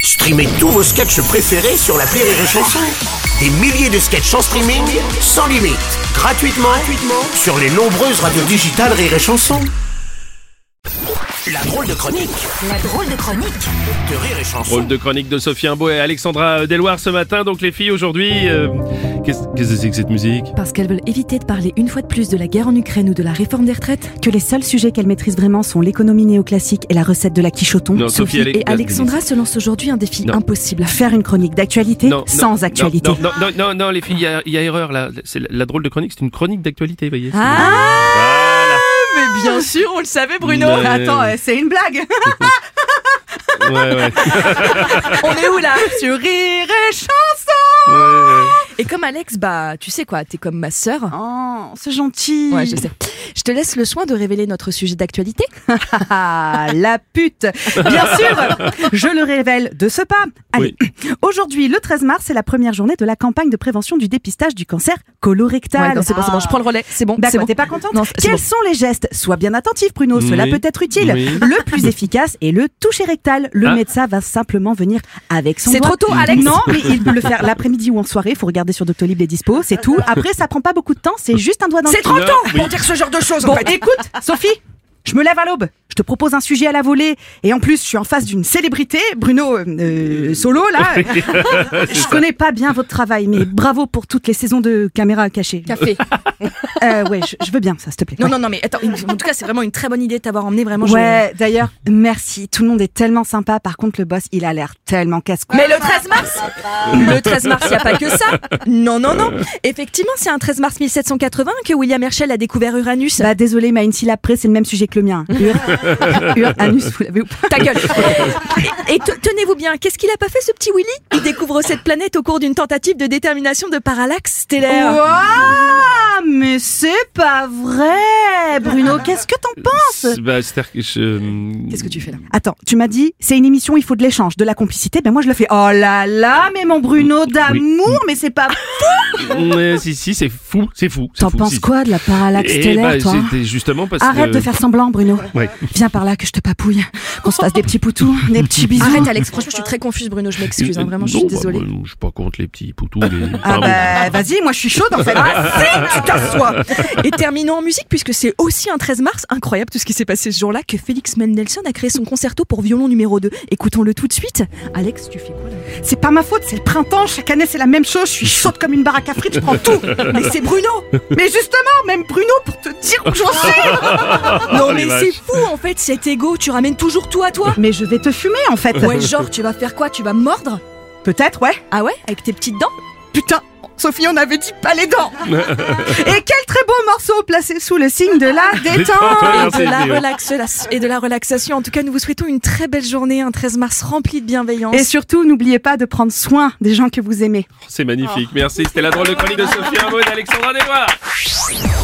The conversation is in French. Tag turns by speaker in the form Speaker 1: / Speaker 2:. Speaker 1: Streamez tous vos sketchs préférés sur la Rire et Chanson. Des milliers de sketchs en streaming, sans limite, gratuitement, gratuitement sur les nombreuses radios digitales Rire et Chanson. La drôle de chronique
Speaker 2: La drôle de chronique
Speaker 1: de Rire et Chanson.
Speaker 3: Rôle de chronique de Sophie Imbeau et Alexandra Deloire ce matin. Donc les filles aujourd'hui, euh, qu'est-ce qu'est-ce que c'est que cette musique
Speaker 4: Parce qu'elles veulent éviter de parler une fois de plus de la guerre en Ukraine ou de la réforme des retraites, que les seuls sujets qu'elles maîtrisent vraiment sont l'économie néoclassique et la recette de la quichoton.
Speaker 3: Non, Sophie,
Speaker 4: Sophie,
Speaker 3: elle est-
Speaker 4: et Alexandra se lancent aujourd'hui un défi
Speaker 3: Non.
Speaker 4: impossible.
Speaker 2: Faire une chronique d'actualité
Speaker 3: Non, non,
Speaker 2: sans
Speaker 3: non,
Speaker 2: actualité.
Speaker 3: Non, non, non, non, non, les filles, il y a- il y, a erreur là. C'est la, la drôle de chronique, c'est une chronique d'actualité, voyez.
Speaker 4: Ah
Speaker 3: Voilà.
Speaker 4: Mais bien sûr, on le savait
Speaker 3: Ouais.
Speaker 2: Attends, euh, c'est une blague
Speaker 3: Ouais, ouais.
Speaker 4: On est où là Sur Rire et
Speaker 3: Ouais, ouais.
Speaker 4: Et comme Alex, bah tu sais quoi, t'es comme ma sœur.
Speaker 2: Oh, c'est gentil
Speaker 4: Ouais, je sais. Je te laisse le soin de révéler notre sujet d'actualité.
Speaker 2: Ah, la pute Bien sûr Je le révèle de ce pas Allez, aujourd'hui, le 13 mars, c'est la première journée de la campagne de prévention du dépistage du cancer colorectal.
Speaker 4: Ouais, non, c'est bon, c'est bon, je prends le relais, c'est bon, c'est
Speaker 2: D'accord,
Speaker 4: bon.
Speaker 2: t'es pas contente
Speaker 4: Non, c'est
Speaker 2: Quels
Speaker 4: bon.
Speaker 2: sont les gestes Sois bien attentif, Bruno, cela
Speaker 3: Oui.
Speaker 2: peut être utile.
Speaker 3: Oui.
Speaker 2: Le plus efficace est le toucher rectal. Le
Speaker 3: Ah.
Speaker 2: médecin va simplement venir avec son
Speaker 4: C'est
Speaker 2: doigt.
Speaker 4: trop tôt, Alex
Speaker 2: Non, mais il peut le faire l'après-midi ou en soirée. Faut regarder sur Doctolib les dispos, c'est tout. Après, ça prend pas beaucoup de temps, c'est juste un doigt dans le
Speaker 4: C'est trop
Speaker 3: Non,
Speaker 4: tôt
Speaker 3: oui.
Speaker 4: pour dire ce genre de choses
Speaker 2: Bon,
Speaker 4: en fait.
Speaker 2: écoute, Sophie, je me lève à l'aube. Je te propose un sujet à la volée. Et en plus, je suis en face d'une célébrité, Bruno euh, euh, Solo, là. je connais pas bien votre travail, mais bravo pour toutes les saisons de caméra cachée.
Speaker 4: Café.
Speaker 2: Euh, ouais, je, je veux bien, ça, s'il te plaît.
Speaker 4: Non, non, non, mais attends, en tout cas, c'est vraiment une très bonne idée de t'avoir emmené vraiment. je-
Speaker 2: Ouais, d'ailleurs, merci. Tout le monde est tellement sympa. Par contre, le boss, il a l'air tellement casse-cou.
Speaker 4: Mais le 13 mars Le 13 mars, il n'y a pas que ça Non, non, non Effectivement, c'est un 13 mars 1780 que William Herschel a découvert Uranus.
Speaker 2: Bah, désolé, mais une syllabe près, c'est le même sujet que le mien. Ur, ur, anus, vous l'avez ou pas
Speaker 4: Ta gueule Et, et te- tenez-vous bien, qu'est-ce qu'il a pas fait ce petit Willy Il découvre cette planète au cours d'une tentative de détermination de parallaxe stellaire.
Speaker 2: Ouah, mais c'est pas vrai Bruno, qu'est-ce que t'en penses
Speaker 3: C'est- Bah, c'est-à-dire que je...
Speaker 4: Qu'est-ce que tu fais là
Speaker 2: Attends, tu m'as dit, c'est une émission, il faut de l'échange, de la complicité. Ben moi, je le fais. Oh là là, mais mon Bruno d'amour, mais c'est pas.
Speaker 3: mm, Ouais, si, si, c'est fou, c'est fou. c'est
Speaker 2: T'en
Speaker 3: fou,
Speaker 2: penses
Speaker 3: si,
Speaker 2: quoi de la parallaxe
Speaker 3: si. Eh
Speaker 2: stellaire,
Speaker 3: bah,
Speaker 2: toi
Speaker 3: c'était justement parce que...
Speaker 2: Arrête de faire semblant, Bruno.
Speaker 3: Ouais.
Speaker 2: Viens par là que je te papouille. Qu'on se fasse des petits poutous, des petits bisous.
Speaker 4: Arrête Alex, franchement je suis très confuse Bruno, je m'excuse, hein, vraiment je suis
Speaker 3: Non, bah,
Speaker 4: désolée.
Speaker 3: bah, je suis pas contre les petits poutous. les-
Speaker 2: Ah
Speaker 3: Enfin, bon.
Speaker 2: bah, vas-y, moi je suis chaude en fait. Ah, si, tu t'assois.
Speaker 3: bah.
Speaker 4: Et terminons en musique puisque c'est aussi un 13 mars, incroyable tout ce qui s'est passé ce jour-là, que Félix Mendelssohn a créé son concerto pour violon numéro 2. Écoutons-le tout de suite. Alex, tu fais quoi là
Speaker 2: C'est pas ma faute, c'est le printemps, chaque année c'est la même chose, je suis chaude comme une baraque à frites, je prends tout.
Speaker 4: Mais c'est Bruno
Speaker 2: Mais justement, même Bruno pour te dire où j'en suis.
Speaker 4: Non
Speaker 3: Oh, les
Speaker 4: mais
Speaker 3: vaches.
Speaker 4: c'est fou en fait cet égo, tu ramènes toujours tout à toi
Speaker 2: Mais je vais te fumer en fait.
Speaker 4: Ouais genre tu vas faire quoi Tu vas me mordre
Speaker 2: Peut-être, ouais.
Speaker 4: Ah ouais Avec tes petites dents
Speaker 2: Putain, Sophie, on avait dit pas les dents. Et quel très beau morceau placé sous le signe de la détente.
Speaker 3: Ah,
Speaker 4: et,
Speaker 3: c'est
Speaker 4: de la
Speaker 3: idiot.
Speaker 4: relaxa- et de la relaxation. En tout cas, nous vous souhaitons une très belle journée, un 13 mars rempli de bienveillance.
Speaker 2: Et surtout, n'oubliez pas de prendre soin des gens que vous aimez.
Speaker 3: C'est magnifique, merci. C'était la drôle de chronique de Sophie Imbeau et d'Alexandra Deloire.